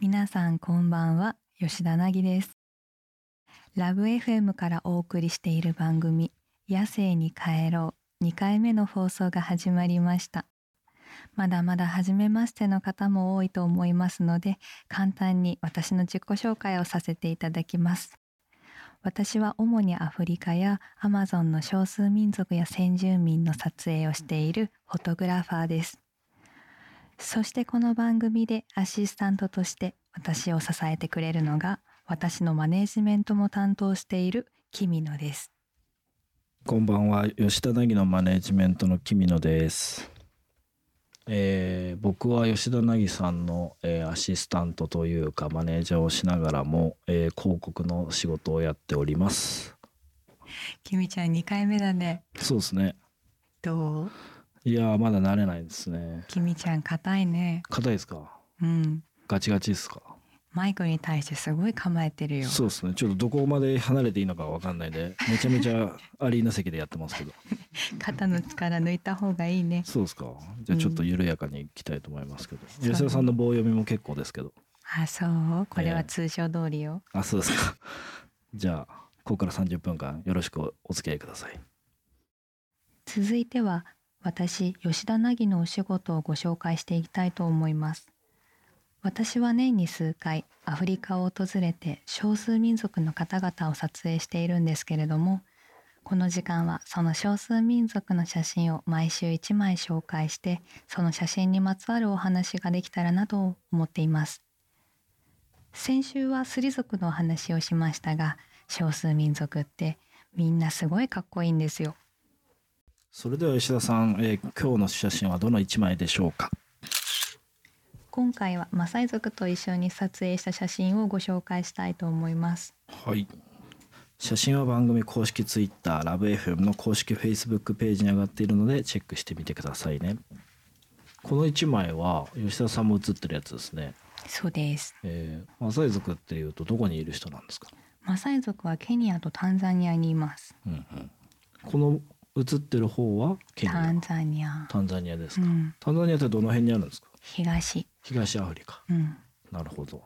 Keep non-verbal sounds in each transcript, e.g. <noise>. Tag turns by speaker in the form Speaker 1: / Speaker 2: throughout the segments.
Speaker 1: 皆さんこんばんは吉田凪ですラブ FM からお送りしている番組野生に帰ろう2回目の放送が始まりましたまだまだ初めましての方も多いと思いますので簡単に私の自己紹介をさせていただきます私は主にアフリカやアマゾンの少数民族や先住民の撮影をしているフォトグラファーですそしてこの番組でアシスタントとして私を支えてくれるのが私のマネージメントも担当しているキミノです
Speaker 2: こんばんは吉田凪のマネージメントの君野です、えー僕は吉田凪さんの、えーアシスタントというかマネージャーをしながらも、えー広告の仕事をやっております
Speaker 1: キミちゃん2回目だね
Speaker 2: そうですね
Speaker 1: どう
Speaker 2: いやーまだ慣れないですね
Speaker 1: キミちゃん硬いね
Speaker 2: 硬いですか
Speaker 1: うん
Speaker 2: ガチガチですか
Speaker 1: マイクに対してすごい構えてるよ
Speaker 2: そうですねちょっとどこまで離れていいのかわかんないんでめちゃめちゃアリーナ席でやって <laughs> ますけど
Speaker 1: 肩の力抜いた方がいいね
Speaker 2: そうですかじゃあちょっと緩やかにいきたいと思いますけど、
Speaker 1: うん
Speaker 2: 吉田さんの棒読みも結構ですけど
Speaker 1: あそうこれは通常通りよ、
Speaker 2: あ、そうですか。 <laughs> じゃあ、ここから30分間よろしくおお付き合いください。
Speaker 1: 続いては私吉田凪のお仕事をご紹介していきたいと思います私は年に数回アフリカを訪れて少数民族の方々を撮影しているんですけれどもこの時間はその少数民族の写真を毎週1枚紹介してその写真にまつわるお話ができたらなと思っています先週はスリ族のお話をしましたが少数民族ってみんなすごいかっこいいんですよ
Speaker 2: それでは吉田さん、えー今日の写真はどの1枚でしょうか
Speaker 1: 今回はマサイ族と一緒に撮影した写真をご紹介したいと思います
Speaker 2: はい。写真は番組公式 Twitter、ラブ f m の公式 Facebook ページに上がっているので、チェックしてみてくださいね。この1枚は、吉田さんも写ってるやつですね。
Speaker 1: そうです
Speaker 2: えー、マサイ族っていうと、どこにいる人なんですか
Speaker 1: マサイ族はケニアとタンザニアにいます
Speaker 2: うんうん。この写ってる方は、ケニ
Speaker 1: タン
Speaker 2: ア。
Speaker 1: ザニア
Speaker 2: タンザニアです
Speaker 1: う
Speaker 2: か。
Speaker 1: ん
Speaker 2: タンザニアってどの辺にあるんですか
Speaker 1: 東
Speaker 2: 東アフリカ。
Speaker 1: うん
Speaker 2: なるほど。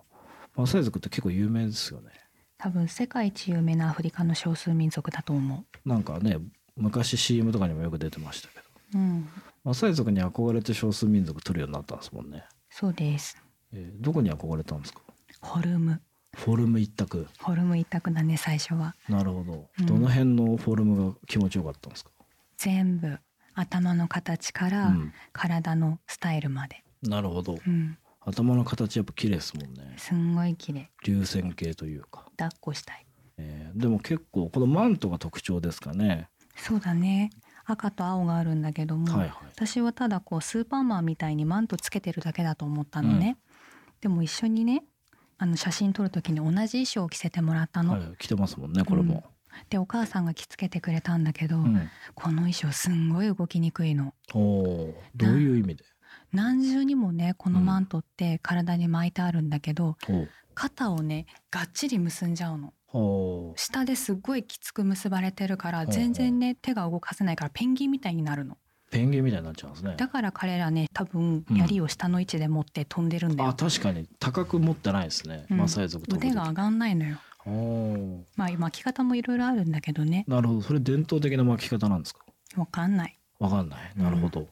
Speaker 2: マサイ族って結構有名ですよね。
Speaker 1: 多分世界一有名なアフリカの少数民族だと思
Speaker 2: なんかね、昔 CM とかにもよく出てましたけど。
Speaker 1: ううん
Speaker 2: マサイ族に憧れて少数民族取るようになったんですもんね。
Speaker 1: そうです
Speaker 2: えーどこに憧れたんですか
Speaker 1: ホルム
Speaker 2: フォルム一択。
Speaker 1: ホルム一択だね最初は
Speaker 2: なるほど
Speaker 1: う。ん
Speaker 2: どの辺のフォルムが気持ちよかったんですか、
Speaker 1: 全部頭の形か
Speaker 2: う
Speaker 1: ら
Speaker 2: ん、
Speaker 1: 体のスタイルまで
Speaker 2: なるほど。
Speaker 1: うん
Speaker 2: 頭の形やっぱ綺麗ですもんね。
Speaker 1: すんごい綺麗
Speaker 2: 流線形というか。
Speaker 1: 抱っこしたい
Speaker 2: えーでも結構このマントが特徴ですかね。
Speaker 1: そうだね赤と青があるんだけども、
Speaker 2: はいはい。
Speaker 1: 私はただこうスーパーマンみたいにマントつけてるだけだと思ったのね、でも一緒にねあの写真撮る時に同じ衣装を着せてもらったの、
Speaker 2: はい、着てますもんね、これも。
Speaker 1: でお母さんが着付けてくれたんだけど、
Speaker 2: うん。
Speaker 1: この衣装すんごい動きにくいの
Speaker 2: おおー、どういう意味で。
Speaker 1: 何重にもねこのマントって体に巻いてあるんだけど、
Speaker 2: おー
Speaker 1: 肩をねがっちり結んじゃうの
Speaker 2: おー
Speaker 1: 下ですっごいきつく結ばれてるか
Speaker 2: ほ
Speaker 1: ら
Speaker 2: うほう
Speaker 1: 全然ね手が動かせないからペンギンみたいになるの
Speaker 2: ペンギンみたいになっちゃうんですね。
Speaker 1: だから彼らね多分
Speaker 2: うん
Speaker 1: 槍を下の位置で持って飛んでるんだよ
Speaker 2: あ、確かに高く持ってないですね。
Speaker 1: うん
Speaker 2: マサイ族と
Speaker 1: 腕が上がんないのよ。
Speaker 2: おお
Speaker 1: まあ巻き方もいろいろあるんだけどね。
Speaker 2: ー。なるほど。それ伝統的な巻き方なんですか。
Speaker 1: わかんない。
Speaker 2: わかんない。なるほど。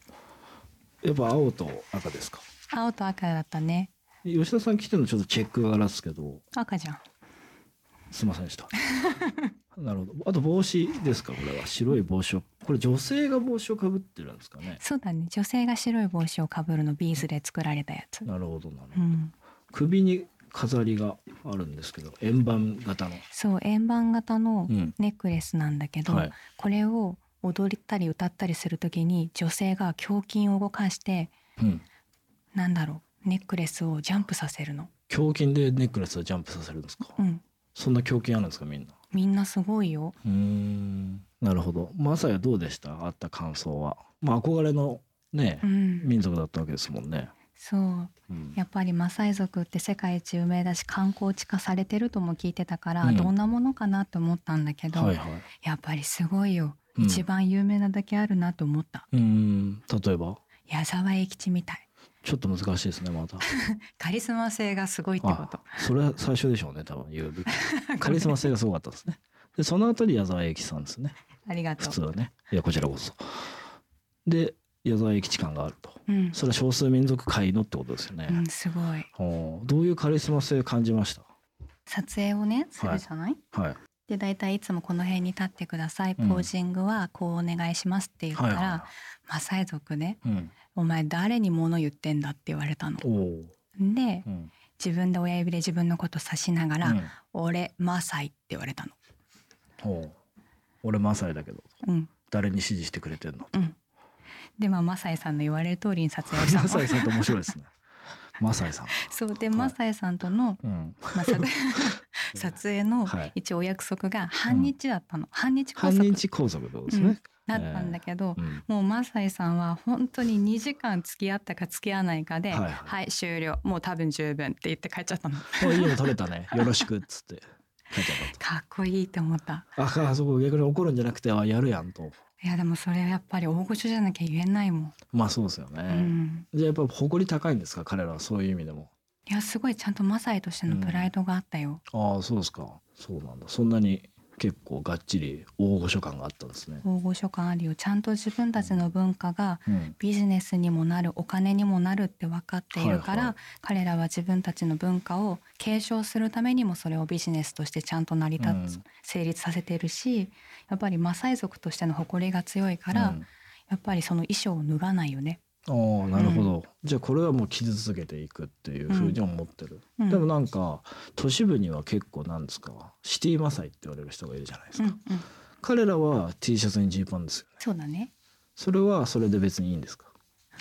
Speaker 2: やっぱ青と赤ですか。
Speaker 1: 青と赤だったね。
Speaker 2: 吉田さん来てるのちょっとチェック柄ですけど、
Speaker 1: 赤じゃん。
Speaker 2: すいません
Speaker 1: <laughs>
Speaker 2: でした。なるほど。あと帽子ですか。これは白い帽子を。これ女性が帽子をかぶってるんですかね。
Speaker 1: そうだね。女性が白い帽子をかぶるのビーズで作られたやつ。
Speaker 2: なるほどなるほ
Speaker 1: う
Speaker 2: ど。
Speaker 1: ん。
Speaker 2: 首に飾りがあるんですけど、円盤型の。
Speaker 1: そう円盤型の
Speaker 2: うん。
Speaker 1: ネックレスなんだけど、
Speaker 2: はい。
Speaker 1: これを踊ったり歌ったりするときに女性が胸筋を動かして
Speaker 2: うん。
Speaker 1: なんだろうネックレスをジャンプさせるの。
Speaker 2: 胸筋でネックレスをジャンプさせるんですか。
Speaker 1: うん。
Speaker 2: そんな胸筋あるんですかみんな。
Speaker 1: みんなすごいよ。
Speaker 2: うーんなるほど。まさやどうでしたあった感想は。まあ憧れのね
Speaker 1: う、ん。
Speaker 2: 民族だったわけですもんね。
Speaker 1: そう
Speaker 2: うん
Speaker 1: やっぱりマサイ族って世界一有名だし観光地化されてるとも聞いてたから、
Speaker 2: うん
Speaker 1: どんなものかなと思ったんだけど、
Speaker 2: はいはい。
Speaker 1: やっぱりすごいよ、
Speaker 2: うん
Speaker 1: 一番有名なだけあるなと思った
Speaker 2: うーん例えば
Speaker 1: 矢沢永吉みたい
Speaker 2: ちょっと難しいです
Speaker 1: <laughs>
Speaker 2: ねまた
Speaker 1: カリスマ性がすごいってこ
Speaker 2: あ
Speaker 1: と。
Speaker 2: それは最初でしょうね多分言うべ
Speaker 1: <laughs>
Speaker 2: きカリスマ性がすごかったですねでその後に矢沢永吉さんですね
Speaker 1: ありが
Speaker 2: 普
Speaker 1: と
Speaker 2: 通
Speaker 1: う。
Speaker 2: はねいやこちらこそで矢沢永吉感があると
Speaker 1: うん、
Speaker 2: それは少数民族会のってことですよ
Speaker 1: う
Speaker 2: ね、
Speaker 1: ん、すごい。
Speaker 2: ほうどういうカリスマ性感じまし
Speaker 1: 撮影をね、するじゃない。
Speaker 2: たはい
Speaker 1: で、大体いつもこの辺に立ってください。ポ
Speaker 2: うん
Speaker 1: ージングはこうお願いしますって言った
Speaker 2: はい
Speaker 1: ら、
Speaker 2: は
Speaker 1: マサイ族ね、
Speaker 2: い、うん、
Speaker 1: お前誰に物言ってんだって言われたの。
Speaker 2: おおー、
Speaker 1: で
Speaker 2: う、ん
Speaker 1: 自分で親指で自分のこと指しながら、
Speaker 2: うん
Speaker 1: 俺マサイって言われたの。
Speaker 2: ほう俺マサイだけど
Speaker 1: うん、
Speaker 2: 誰に指示してくれてんの
Speaker 1: うん。で、まあ、マサイさんの言われる通りに撮影をした
Speaker 2: マサイ
Speaker 1: の。
Speaker 2: さんって面白いですね。マサイさん。
Speaker 1: <laughs> そうで、
Speaker 2: はい
Speaker 1: マサイさんとの、
Speaker 2: うん。
Speaker 1: まあ、撮 <laughs> 撮影の
Speaker 2: はい
Speaker 1: 一応お約束が半日だったの、半日拘
Speaker 2: 半
Speaker 1: 束
Speaker 2: 日拘束ってことですね。
Speaker 1: だったんだけど、
Speaker 2: うん。
Speaker 1: もうマサイさんは本当に2時間付き合ったか付き合わないかで「
Speaker 2: はい
Speaker 1: は
Speaker 2: はい
Speaker 1: い、終了もう多分十分」って言って帰っちゃ <laughs> ったのか
Speaker 2: あいいの撮れたね。よろしくっつって書いてあっ
Speaker 1: っこいいって思った
Speaker 2: たと。ああそこ逆に怒るんじゃなくてあやるやんと。
Speaker 1: いやでもそれはやっぱり大御所じゃなきゃ言えないもん、
Speaker 2: まあそうですよ
Speaker 1: う
Speaker 2: ね。
Speaker 1: ん、
Speaker 2: じゃあやっぱ誇り高いんですか彼らはそういう意味でも。
Speaker 1: いやすごいちゃんとマサイとしてのプライドがあったよ、
Speaker 2: ああそうですか。そうなんだ。そんなに結構がっちり大御所感があったんですね。
Speaker 1: 大御所感あるよちゃんと自分たちの文化が
Speaker 2: うん。
Speaker 1: ビジネスにもなるお金にもなるって分かっているから、
Speaker 2: はいはい
Speaker 1: 彼らは自分たちの文化を継承するためにもそれをビジネスとしてちゃんと成り立つ、
Speaker 2: うん
Speaker 1: 成立させているしやっぱりマサイ族としての誇りが強いから、
Speaker 2: うん
Speaker 1: やっぱりその衣装を脱がないよね。
Speaker 2: ああなるほど、じゃあこれはもう傷つけていくっていうふうに思ってる、
Speaker 1: うん
Speaker 2: でもなんか都市部には結構なんですかシティマサイって言われる人がいるじゃないです
Speaker 1: うん
Speaker 2: か、
Speaker 1: うん、
Speaker 2: 彼らは T シャツにジーパンですよね
Speaker 1: そうだね
Speaker 2: それはそれで別にいいんですか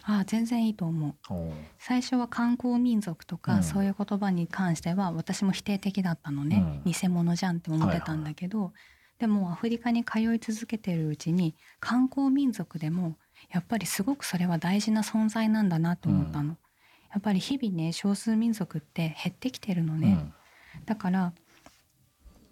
Speaker 1: ああ全然いいと思う
Speaker 2: あー
Speaker 1: 最初は観光民族とか、
Speaker 2: うん
Speaker 1: そういう言葉に関しては私も否定的だったのね、
Speaker 2: うん
Speaker 1: 偽物じゃんって思ってたんだけど、でもアフリカに通い続けてるうちに観光民族でもやっぱりすごくそれは大事な存在なんだなと思ったの、やっぱり日々ね少数民族って減ってきてるの
Speaker 2: う
Speaker 1: ね、
Speaker 2: ん
Speaker 1: だから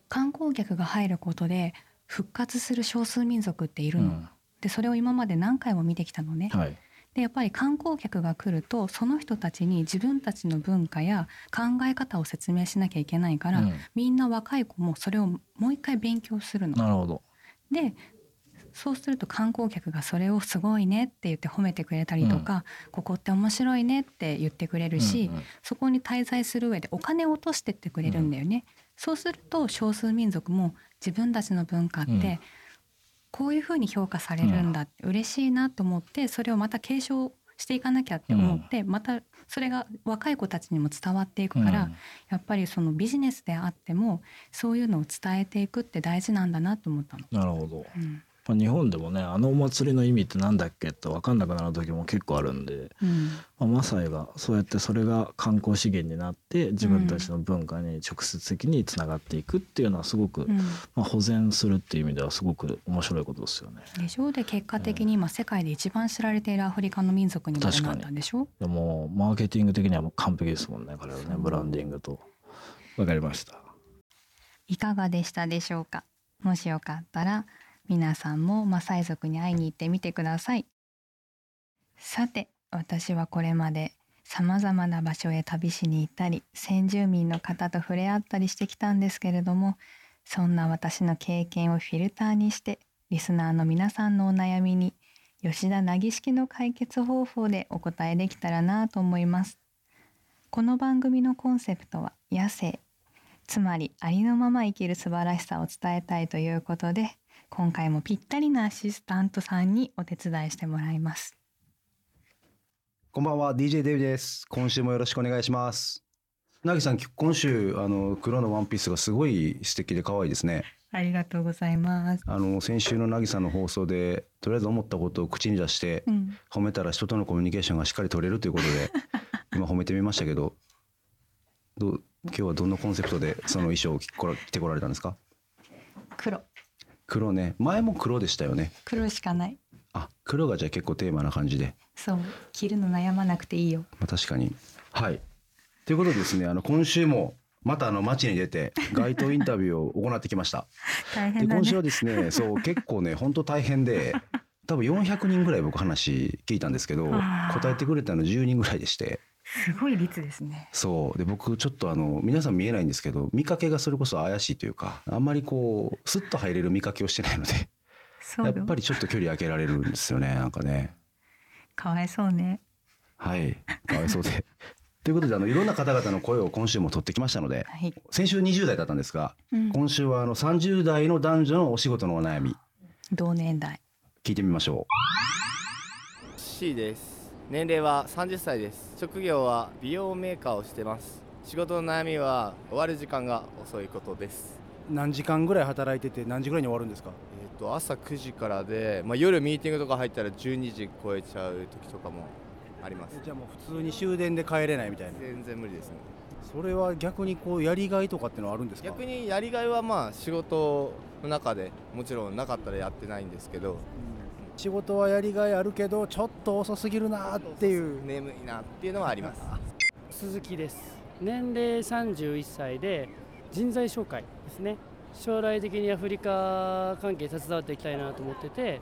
Speaker 1: 観光客が入ることで復活する少数民族っているの、でそれを今まで何回も見てきたのね、
Speaker 2: うんはい
Speaker 1: でやっぱり観光客が来るとその人たちに自分たちの文化や考え方を説明しなきゃいけないから、
Speaker 2: うん
Speaker 1: みんな若い子もそれをもう一回勉強するの。
Speaker 2: なるほど
Speaker 1: でそうすると観光客がそれをすごいねって言って褒めてくれたりとか、ここって面白いねって言ってくれるし、
Speaker 2: うんうん
Speaker 1: そこに滞在する上でお金を落としてってくれるんだよね。そうすると少数民族も自分たちの文化っ
Speaker 2: うん
Speaker 1: てこういうふうに評価されるんだって嬉しいなと思ってそれをまた継承していかなきゃって思ってまたそれが若い子たちにも伝わっていくからやっぱりそのビジネスであってもそういうのを伝えていくって大事なんだなと思ったの。
Speaker 2: うんなるほど、
Speaker 1: うん
Speaker 2: まあ、日本でもねあのお祭りの意味ってなんだっけって分かんなくなる時も結構あるんで、
Speaker 1: うん
Speaker 2: まあ、マサイがそうやってそれが観光資源になって自分たちの文化に直接的につながっていくっていうのはすご
Speaker 1: う
Speaker 2: く、
Speaker 1: ん
Speaker 2: まあ、保全するっていう意味ではすごく面白いことですよね。
Speaker 1: でしょで結果的に今世界で一番知られているアフリカの民族にまでなったんでしょ
Speaker 2: でもマーケティング的にはもう完璧ですもんね彼は
Speaker 1: そ
Speaker 2: ね
Speaker 1: う
Speaker 2: ブランディングと。わかりました。
Speaker 1: いかがでしたでしょうかもしよかったら皆さんもマサイ族に会いに行ってみてくださいさて私はこれまで様々な場所へ旅しに行ったり先住民の方と触れ合ったりしてきたんですけれどもそんな私の経験をフィルターにしてリスナーの皆さんのお悩みに吉田凪式の解決方法でお答えできたらなと思いますこの番組のコンセプトは野生つまりありのまま生きる素晴らしさを伝えたいということで今回もぴったりなアシスタントさんにお手伝いしてもらいます
Speaker 3: こんばんは、DJ デビです。今週もよろしくお願いします。なぎさん、き今週、あの、黒のワンピースがすごい素敵で可愛いですね。
Speaker 1: ありがとうございます
Speaker 3: あの、先週のなぎさんの放送で、とりあえず思ったことを口に出して
Speaker 1: う、ん、
Speaker 3: 褒めたら人とのコミュニケーションがしっかり取れると <laughs> いうことで、今褒めてみましたけど、どう今日はどんなコンセプトでその衣装を着こら着てこられたんですか
Speaker 1: 黒
Speaker 3: 黒ね。前も黒でしたよね。
Speaker 1: 黒しかない
Speaker 3: あ、黒がじゃあ結構テーマな感じで。
Speaker 1: そう着るの悩まなくていいよ
Speaker 3: まあ、確かに。はい。ということでですね、あの今週もまたあの街に出て街頭インタビューを行ってきました。
Speaker 1: 大
Speaker 3: で
Speaker 1: 変だ
Speaker 3: 今週
Speaker 1: ね
Speaker 3: はですね、そう結構ね本当大変で、多分400人ぐらい僕話聞いたんですけど
Speaker 4: あー
Speaker 3: 答えてくれたの10人ぐらいでして
Speaker 4: すごい率ですね。
Speaker 3: そうで僕ちょっとあの皆さん見えないんですけど見かけがそれこそ怪しいというかあんまりこうスッと入れる見かけをしてないので
Speaker 4: そう
Speaker 3: やっぱりちょっと距離開けられるんですよねなんかね
Speaker 4: かわいそうね。
Speaker 3: はいかわいそうで。ということであのいろんな方々の声を今週も取ってきましたので
Speaker 4: はい。
Speaker 3: 先週20代だったんですが
Speaker 4: うん
Speaker 3: 今週はあの30代の男女のお仕事のお悩み
Speaker 1: 同年代
Speaker 3: 聞いてみましょ
Speaker 5: C です年齢は30歳です職業は美容メーカーをしてます仕事の悩みは終わる時間が遅いことです
Speaker 6: 何時間ぐらい働いてて何時ぐらいに終わるんですか
Speaker 5: えっ、と朝9時からで、まあ、夜ミーティングとか入ったら12時超えちゃう時とかもあります
Speaker 6: じゃあもう普通に終電で帰れないみたいな
Speaker 5: 全然無理ですね
Speaker 6: それは逆にこうやりがいとかってのはあるんですか
Speaker 5: 逆にやりがいはまあ仕事の中でもちろんなかったらやってないんですけど
Speaker 6: 仕事はやりがいあるけどちょっと遅すぎるなっていう
Speaker 5: 眠いなっていうのはあります
Speaker 7: 鈴木です年齢31歳で人材紹介ですね将来的にアフリカ関係に携わっていきたいなと思ってて、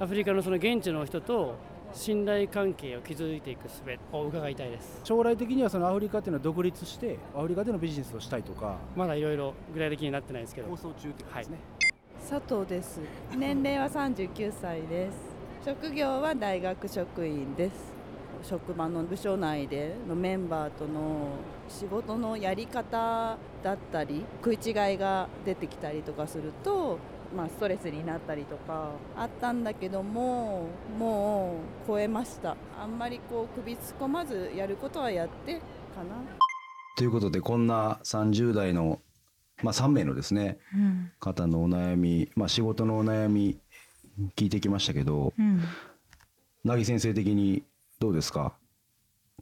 Speaker 7: アフリカのその現地の人と信頼関係を築いていく術を伺いたいです
Speaker 6: 将来的にはそのアフリカっていうのは独立してアフリカでのビジネスをしたいとか
Speaker 7: まだいろいろ具体的になってないですけど
Speaker 6: 放送中ってことですね、
Speaker 8: 佐藤です年齢は39歳です職業は大学職員です職場の部署内でのメンバーとの仕事のやり方だったり食い違いが出てきたりとかするとまあストレスになったりとかあったんだけどももう超えましたあんまりこう首突っ込まずやることはやってかな
Speaker 3: う。ということでこんな30代の、まあ、3名のですね
Speaker 1: うん
Speaker 3: 方のお悩み、まあ、仕事のお悩み聞いてきましたけど
Speaker 1: うん
Speaker 3: なぎ先生的にどうですか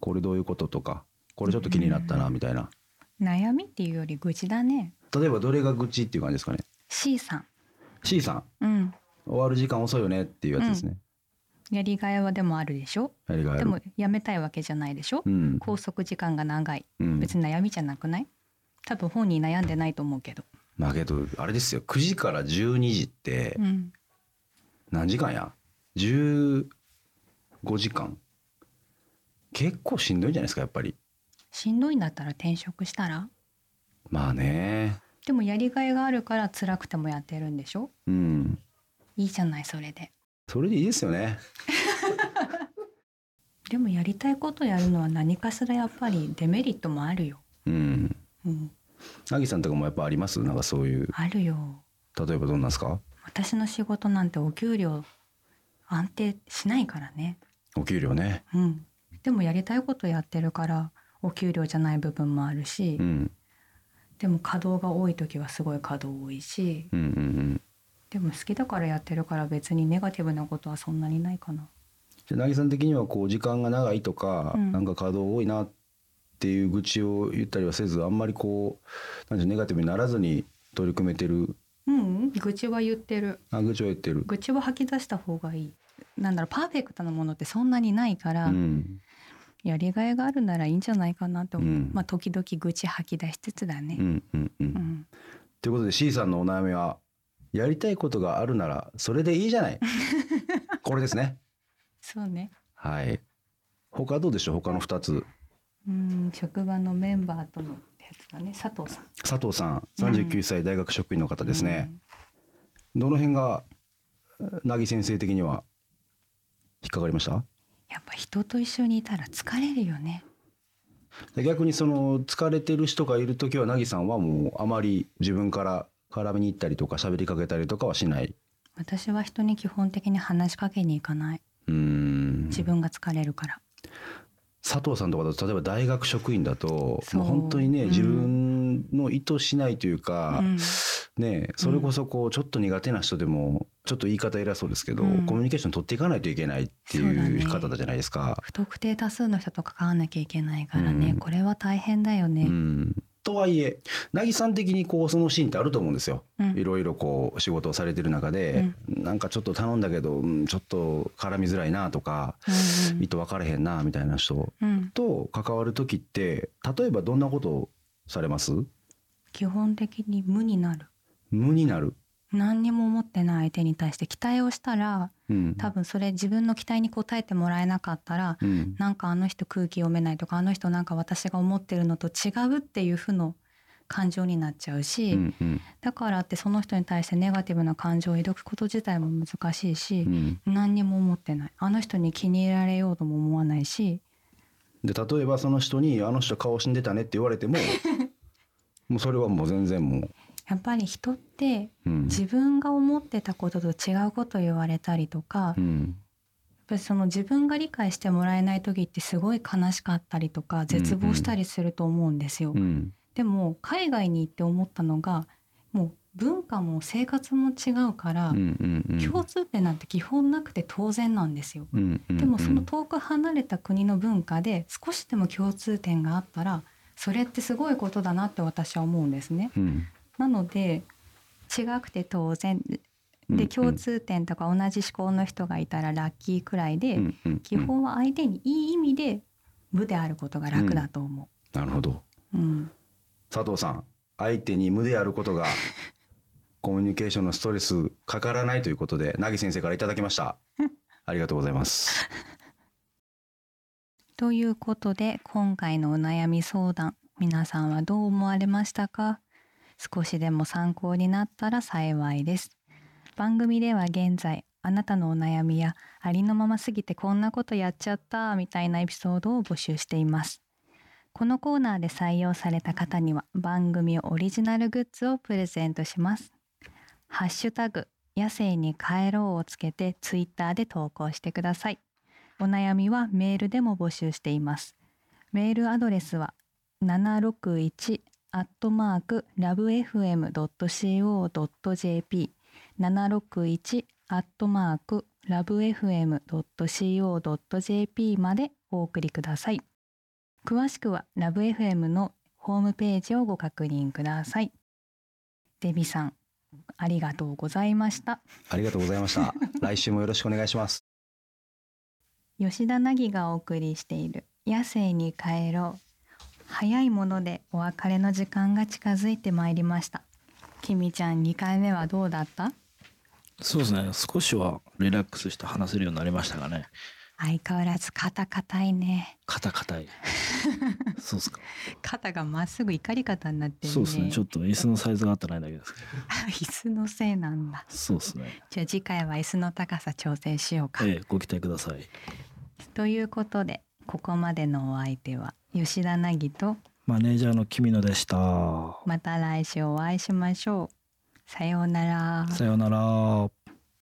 Speaker 3: これどういうこととかこれちょっと気になったなみたいな
Speaker 1: 悩みっていうより愚痴だね
Speaker 3: 例えばどれが愚痴っていう感じですかね
Speaker 1: C さん
Speaker 3: C さん
Speaker 1: うん
Speaker 3: 終わる時間遅いよねっていうやつですね、
Speaker 1: やりがいはでもあるでしょ
Speaker 3: やりがいあ
Speaker 1: で
Speaker 3: る
Speaker 1: もやめたいわけじゃないでしょ
Speaker 3: うん
Speaker 1: 拘束時間が長い
Speaker 3: うん
Speaker 1: 別に悩みじゃなくない多分本人悩んでないと思うけど
Speaker 3: まあけどあれですよ9時から12時って
Speaker 1: うん
Speaker 3: 何時間や15時間結構しんどいんじゃないですかやっぱり
Speaker 1: しんどいんだったら転職したら
Speaker 3: まあね
Speaker 1: でもやりがいがあるから辛くてもやってるんでしょ
Speaker 3: うん
Speaker 1: いいじゃないそれで
Speaker 3: それでいいですよね
Speaker 1: でもやりたいことやるのは何かしらやっぱりデメリットもあるよ
Speaker 3: うん
Speaker 1: うん
Speaker 3: なぎさんとかもやっぱありますなんかそういう
Speaker 1: あるよ
Speaker 3: 例えばどんなんですか
Speaker 1: 私の仕事なんてお給料安定しないからね
Speaker 3: お給料ね
Speaker 1: うんでもやりたいことやってるからお給料じゃない部分もあるし、
Speaker 3: うん
Speaker 1: でも稼働が多い時はすごい稼働多いし
Speaker 3: うんうんうん
Speaker 1: でも好きだからやってるから別にネガティブなことはそんなにないかな
Speaker 3: じゃあなぎさん的にはこう時間が長いとか、
Speaker 1: うん
Speaker 3: なんか稼働多いなっていう愚痴を言ったりはせずあんまりこうなんでしょうネガティブにならずに取り組めてる
Speaker 1: うん愚痴は言ってる
Speaker 3: あ愚痴を言ってる、
Speaker 1: 愚痴は吐き出した方がいいなんだろうパーフェクトなものってそんなにないから、
Speaker 3: うん、
Speaker 1: やりがいがあるならいいんじゃないかなと思う、
Speaker 3: うん
Speaker 1: まあ時々愚痴吐き出しつつだね
Speaker 3: う、んうんうん
Speaker 1: うん
Speaker 3: ということで C さんのお悩みはやりたいことがあるならそれでいい
Speaker 1: <laughs>
Speaker 3: じゃないこれですね
Speaker 1: そうね
Speaker 3: はい他どうでしょう他の2つ
Speaker 1: うん職場のメンバーとのやつだね佐藤さん
Speaker 3: 佐藤さん39歳大学職員の方ですね、どの辺がなぎ先生的には引っかかりました
Speaker 1: やっぱ人と一緒にいたら疲れるよね
Speaker 3: で逆にその疲れてる人がいる時はなぎさんはもうあまり自分から絡みに行ったりとか喋りかけたりとかはしない
Speaker 1: 私は人に基本的に話しかけに行かないう
Speaker 3: ーん
Speaker 1: 自分が疲れるから、
Speaker 3: 佐藤さんとかだと例えば大学職員だと
Speaker 1: そう
Speaker 3: もう本当にね、
Speaker 1: うん
Speaker 3: 自分の意図しないというか、
Speaker 1: うん
Speaker 3: ねそれこそこうちょっと苦手な人でもちょっと言い方偉そうですけど、
Speaker 1: うん
Speaker 3: コミュニケーション取っていかないといけないって
Speaker 1: そうだ
Speaker 3: いう
Speaker 1: ね
Speaker 3: 方じゃないですか。
Speaker 1: 不特定多数の人と関わらなきゃいけないからね、
Speaker 3: うん
Speaker 1: これは大変だよ
Speaker 3: う
Speaker 1: ね、
Speaker 3: んとはいえなぎさん的にこうそのシーンってあると思うんですよ。
Speaker 1: うん
Speaker 3: いろいろこう仕事をされてる中で、なんかちょっと頼んだけどうんちょっと絡みづらいなとか、
Speaker 1: うん
Speaker 3: 意図分かれへんなみたいな人
Speaker 1: うんうん
Speaker 3: と関わる時って例えばどんなことをされます
Speaker 1: 基本的に無になる、
Speaker 3: 無になる
Speaker 1: 何にも思ってない相手に対して期待をしたら
Speaker 3: うん
Speaker 1: 多分それ自分の期待に応えてもらえなかったら
Speaker 3: うん
Speaker 1: なんかあの人空気読めないとかあの人なんか私が思ってるのと違うっていう負の感情になっちゃうし、
Speaker 3: うんうん
Speaker 1: だからってその人に対してネガティブな感情を抱くこと自体も難しいし、
Speaker 3: うん
Speaker 1: 何にも思ってないあの人に気に入られようとも思わないし
Speaker 3: で例えばその人に「あの人顔死んでたね」って言われ
Speaker 1: <laughs>
Speaker 3: てももうそれはもう全然も
Speaker 1: やっぱり人って
Speaker 3: う、うん
Speaker 1: 自分が思ってたことと違うことを言われたりとか、
Speaker 3: う
Speaker 1: やっ
Speaker 3: ん
Speaker 1: ぱりその自分が理解してもらえない時ってすごい悲しかったりとか絶望したりすると思うんですよ。
Speaker 3: うん
Speaker 1: でも海外に行って思ったのがもう文化も生活も違うから、
Speaker 3: うんうんうん
Speaker 1: 共通点なんて基本なくて当然なんですよ。
Speaker 3: うんうん
Speaker 1: でもその
Speaker 3: うん
Speaker 1: 遠く離れた国の文化で少しでも共通点があったらそれってすごいことだなって私は思うんですね。
Speaker 3: うん
Speaker 1: なので違くて当然
Speaker 3: うんう
Speaker 1: で
Speaker 3: ん
Speaker 1: 共通点とか同じ思考の人がいたらラッキーくらいで
Speaker 3: うんうんうん
Speaker 1: 基本は相手にいい意味で無であることが楽だと思
Speaker 3: なるほど
Speaker 1: う。うん、
Speaker 3: 佐藤さん相手に無でやることがコミュニケーションのストレスかからないということで凪先生からいただきましたありがとうございます
Speaker 1: ということで今回のお悩み相談皆さんはどう思われましたか少しでも参考になったら幸いです番組では現在あなたのお悩みやありのまますぎてこんなことやっちゃったみたいなエピソードを募集していますこのコーナーで採用された方には番組オリジナルグッズをプレゼントしますハッシュタグ野生に帰ろうをつけてツイッターで投稿してくださいお悩みはメールでも募集しています。メールアドレスは761アットマークラブ FM.co.jp 761アットマークラブ FM.co.jp までお送りください。詳しくはラブ FM のホームページをご確認ください。デビさん、ありがとうございました。
Speaker 3: ありがとうございました来週もよろしくお願いします
Speaker 1: 吉田凪がお送りしている「野生に帰ろう」早いものでお別れの時間が近づいてまいりましたきみちゃん2回目はどうだった
Speaker 2: そうですね少しはリラックスして話せるようになりましたがね
Speaker 1: 相変わらず肩硬いね <laughs>
Speaker 2: 肩硬いそうですか
Speaker 1: 肩がまっすぐ怒り方になってるね
Speaker 2: そうですねちょっと椅子のサイズが合ってないだけですけど
Speaker 1: <laughs> 椅子のせいなんだ
Speaker 2: そうですね
Speaker 1: じゃあ次回は椅子の高さ調整しようか、
Speaker 2: ええご期待ください
Speaker 1: ということでここまでのお相手は吉田凪と
Speaker 2: マネージャーの君野でした
Speaker 1: また来週お会いしましょうさようなら
Speaker 2: さようなら